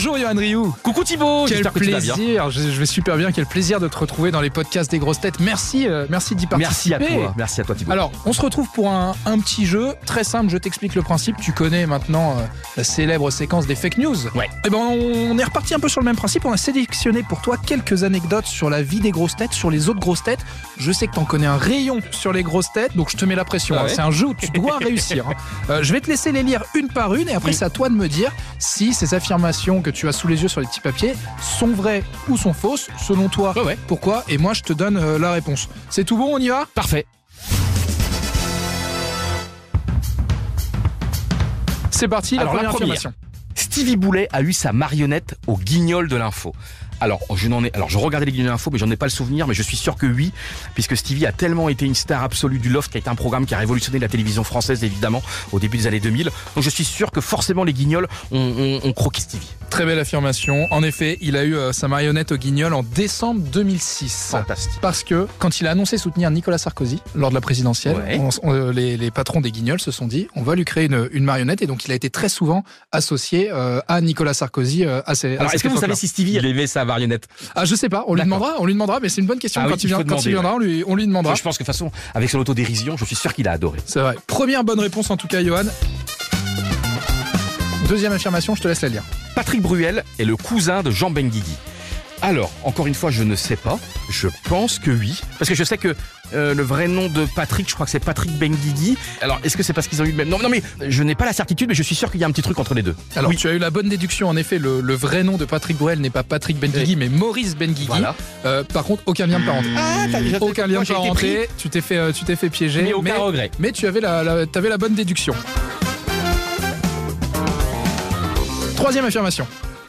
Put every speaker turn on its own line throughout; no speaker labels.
Johan Rioux. Coucou Thibaut,
Quel
j'espère que tu vas bien.
plaisir, je, je vais super bien, quel plaisir de te retrouver dans les podcasts des grosses têtes. Merci, euh, merci d'y
Merci
participer.
à toi, merci à toi Thibaut.
Alors, on se retrouve pour un, un petit jeu très simple, je t'explique le principe, tu connais maintenant euh, la célèbre séquence des fake news.
Ouais.
Et ben on est reparti un peu sur le même principe, on a sélectionné pour toi quelques anecdotes sur la vie des grosses têtes, sur les autres grosses têtes. Je sais que t'en connais un rayon sur les grosses têtes, donc je te mets la pression.
Ah
hein.
ouais
C'est un jeu où tu dois réussir. hein. Euh, je vais te laisser les lire une par une et après
Oui.
c'est à toi de me dire si ces affirmations que tu as sous les yeux sur les petits papiers sont vraies ou sont fausses selon toi.
Ah, Ouais, ouais.
Pourquoi Et moi je te donne euh, la réponse. C'est tout bon, on y va
Parfait.
C'est parti, la
Alors, la
première
première.
affirmation.
Stevie Boulet a eu sa marionnette au guignol de l'info. Alors, je n'en ai, alors, je regardais les guignols de l'info, mais j'en ai pas le souvenir, mais je suis sûr que oui, puisque Stevie a tellement été une star absolue du Loft, qui a été un programme qui a révolutionné la télévision française, évidemment, au début des années 2000. Donc, je suis sûr que forcément, les guignols ont, ont- ont croqué Stevie.
Très belle affirmation. En effet, il a eu euh, sa marionnette au guignol en décembre 2006.
Fantastique.
Parce que quand il a annoncé soutenir Nicolas Sarkozy lors de la présidentielle,
Ouais.
on- on- euh, les, les patrons des Guignols se sont dit on va lui créer une, une marionnette et donc il a été très souvent associé euh, à Nicolas Sarkozy euh, à, ces, à
Alors, est-ce
cette
que vous savez
époque-là.
si Stevie il aimait sa marionnette
Ah je sais pas, on lui
D'accord.
demandera, on lui demandera, mais c'est une bonne question
Ah
quand,
oui,
il vient-
il faut
quand il
demander,
viendra, on lui, on lui demandera.
Je pense que de toute façon, avec son autodérision, je suis sûr qu'il a adoré.
C'est vrai. Première bonne réponse en tout cas, Johan. Deuxième affirmation, je te laisse la lire.
Patrick Bruel est le cousin de Jean Benguigui. Alors, encore une fois, je ne sais pas. Je pense que oui. Parce que je sais que euh, le vrai nom de Patrick, je crois que c'est Patrick Benguigui. Alors, est-ce que c'est parce qu'ils ont eu le même nom Non, mais je n'ai pas la certitude, mais je suis sûr qu'il y a un petit truc entre les deux.
Alors
Oui.
tu as eu la bonne déduction, en effet, le, le vrai nom de Patrick Bruel n'est pas Patrick Benguigui, mais Maurice Benguigui.
Voilà.
Euh, par contre, aucun lien de parenté.
Ah, t'as déjà
Aucun lien
Moi,
de
j'ai été pris,
parenté, tu t'es fait, euh, tu t'es fait piéger,
mais aucun regret.
mais tu avais la, la- t'avais la bonne déduction. Troisième affirmation.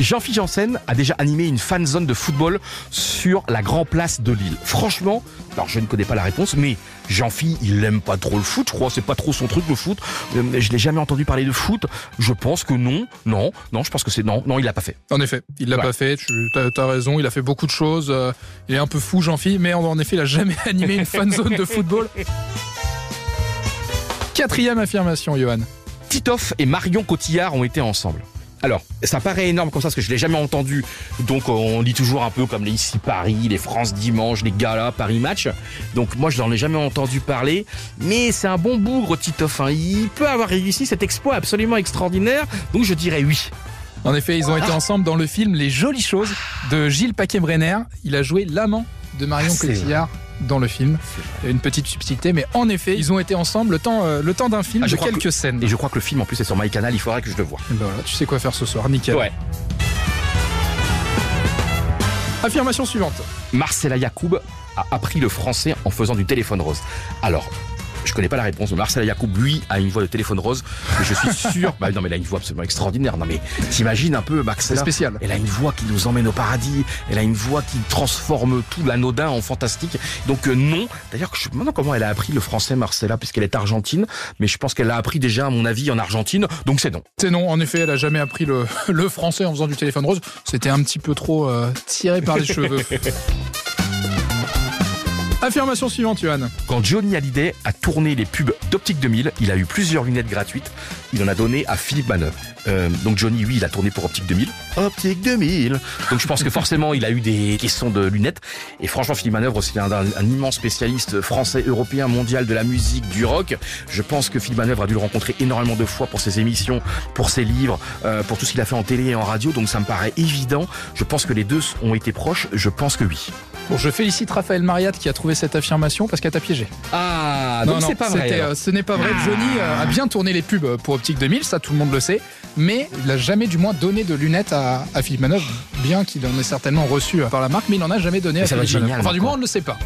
Jean-Philippe Janssen a déjà animé une fan zone de football sur la Grand Place de Lille. Franchement, alors je ne connais pas la réponse, mais Jean-Philippe, il aime pas trop le foot, je crois, c'est pas trop son truc le foot. Euh, Je n'ai jamais entendu parler de foot. Je pense que non, non, non, je pense que c'est non, non, il l'a pas fait.
En effet, il l'a
Ouais.
pas fait, tu as, raison, il a fait beaucoup de choses, euh, il est un peu fou Jean-Phi, mais en, en effet, il a jamais animé une fan zone de football. Quatrième affirmation, Johan.
Titoff et Marion Cotillard ont été ensemble. Alors, ça paraît énorme comme ça parce que je l'ai jamais entendu. Donc, on lit toujours un peu comme les ici Paris, les France Dimanche, les galas, Paris Match. Donc, moi, je n'en ai jamais entendu parler. Mais c'est un bon bougre, Titoff. hein. Il peut avoir réussi cet exploit absolument extraordinaire. Donc, je dirais oui.
En effet, ils ont été ensemble dans le film Les Jolies Choses de Gilles Paquet-Brenner. Il a joué l'amant de Marion
Ah, c'est
Cotillard dans le film. Il y a Une petite subtilité, mais en effet, ils ont été ensemble le temps, euh, le temps d'un film
Ah, je
de
crois
quelques scènes.
Et je crois que le film, en plus, est sur MyCanal. Il faudrait que je le voie.
Et ben voilà, tu sais quoi faire ce soir, nickel.
Ouais.
Affirmation suivante.
Marcella Yacoub a appris le français en faisant du téléphone rose. Alors, je connais pas la réponse, mais Marcella Yacoub, lui, a une voix de téléphone rose. Mais je suis sûr. bah non, mais elle a une voix absolument extraordinaire. Non, mais t'imagines un peu,
C'est
Marcella.
spécial.
Elle a une voix qui nous emmène au paradis. Elle a une voix qui transforme tout l'anodin en fantastique. Donc, euh, non. D'ailleurs, je me demande comment elle a appris le français, Marcella, puisqu'elle est argentine. Mais je pense qu'elle l'a appris déjà, à mon avis, en Argentine. Donc, c'est non.
C'est non, en effet, elle a jamais appris le, le français en faisant du téléphone rose. C'était un petit peu trop euh, tiré par les cheveux. Affirmation suivante, Johan.
Quand Johnny Hallyday a tourné les pubs d'Optique 2000, il a eu plusieurs lunettes gratuites. Il en a donné à Philippe Manœuvre. Euh, donc Johnny, oui, il a tourné pour Optique 2000. Optique 2000. Donc je pense que forcément, il a eu des questions de lunettes. Et franchement, Philippe Manœuvre, c'est un, un- un immense spécialiste français, européen, mondial de la musique, du rock. Je pense que Philippe Manœuvre a dû le rencontrer énormément de fois pour ses émissions, pour ses livres, euh, pour tout ce qu'il a fait en télé et en radio. Donc ça me paraît évident. Je pense que les deux ont été proches. Je pense que oui.
Bon, je félicite Raphaël Mariat qui a trouvé cette affirmation parce qu'elle t'a piégé.
Ah,
non, non, c'était, euh, ce n'est pas vrai. Johnny euh, a bien tourné les pubs pour Optique 2000, ça tout le monde le sait, mais il n'a jamais du moins donné de lunettes à, à Philippe Manœuvre, bien qu'il en ait certainement reçu euh, par la marque, mais il n'en a jamais donné
Mais
à
ça doit
Philippe
être
Manœuvre.
génial,
Enfin, du
Marco.
moins, on ne le sait pas.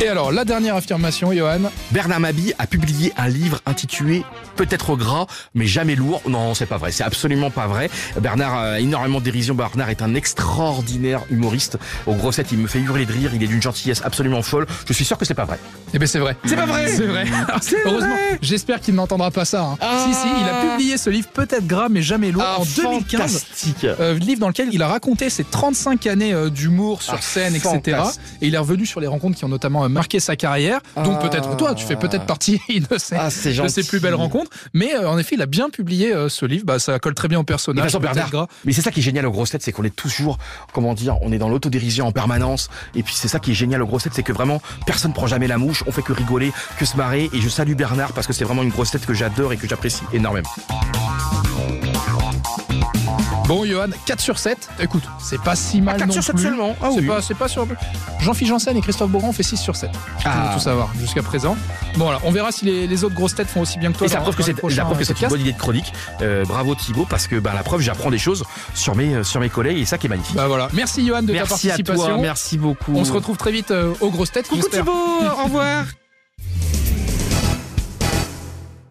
Et alors, la dernière affirmation, Johan.
Bernard Mabi a publié un livre intitulé Peut-être gras, mais jamais lourd. Non, c'est pas vrai. C'est absolument pas vrai. Bernard a énormément de dérision. Bernard est un extraordinaire humoriste. Aux grossettes, il me fait hurler de rire. Il est d'une gentillesse absolument folle. Je suis sûr que c'est pas vrai.
Eh bien, c'est vrai.
C'est pas vrai
Ah, C'est vrai. Heureusement, j'espère qu'il n'entendra pas ça. hein.
Ah.
Si, si, il a publié ce livre, peut-être gras, mais jamais lourd, en 2015.
Fantastique.
Euh, livre dans lequel il a raconté ses 35 années euh, d'humour sur
Ah,
scène, etc.
fantastique.
Et il est revenu sur les rencontres qui ont notamment vraiment marqué sa carrière. Donc
Ah.
peut-être toi, tu fais peut-être partie de ses,
Ah, c'est
de
gentil.
ses plus belles rencontres. Mais euh, en effet, il a bien publié euh, ce livre. Bah, ça colle très bien au
De
personnage.
toute façon,
Peut-être
Bernard,
gras.
Mais c'est ça qui est génial aux grosses têtes, c'est qu'on est toujours, comment dire, on est dans l'autodérision en permanence. Et puis c'est ça qui est génial aux grosses têtes, c'est que vraiment personne prend jamais la mouche, on fait que rigoler, que se marrer. Et je salue Bernard parce que c'est vraiment une grosse tête que j'adore et que j'apprécie énormément.
Bon, Johan, 4 sur 7. Écoute, c'est pas si mal non plus.
Ah
c'est
oui.
pas, c'est pas sur. Jean-Philippe Janssen et Christophe Beaugrand ont fait 6 sur 7.
Ah.
tout savoir jusqu'à présent. Bon, alors, on verra si les, les autres grosses têtes font aussi bien que toi.
Et ça
dans-
prouve que
dans les
c'est
prochains
la preuve que c'est une
podcasts.
bonne idée de chronique. Euh, bravo Thibaut parce que ben, la preuve j'apprends des choses sur mes euh, sur mes collègues et ça qui est magnifique.
Bah voilà. Merci, Johan, de ta
Merci à
participation.
toi, merci beaucoup.
On se retrouve très vite euh, aux grosses têtes.
Coucou
j'espère.
Thibaut, au revoir.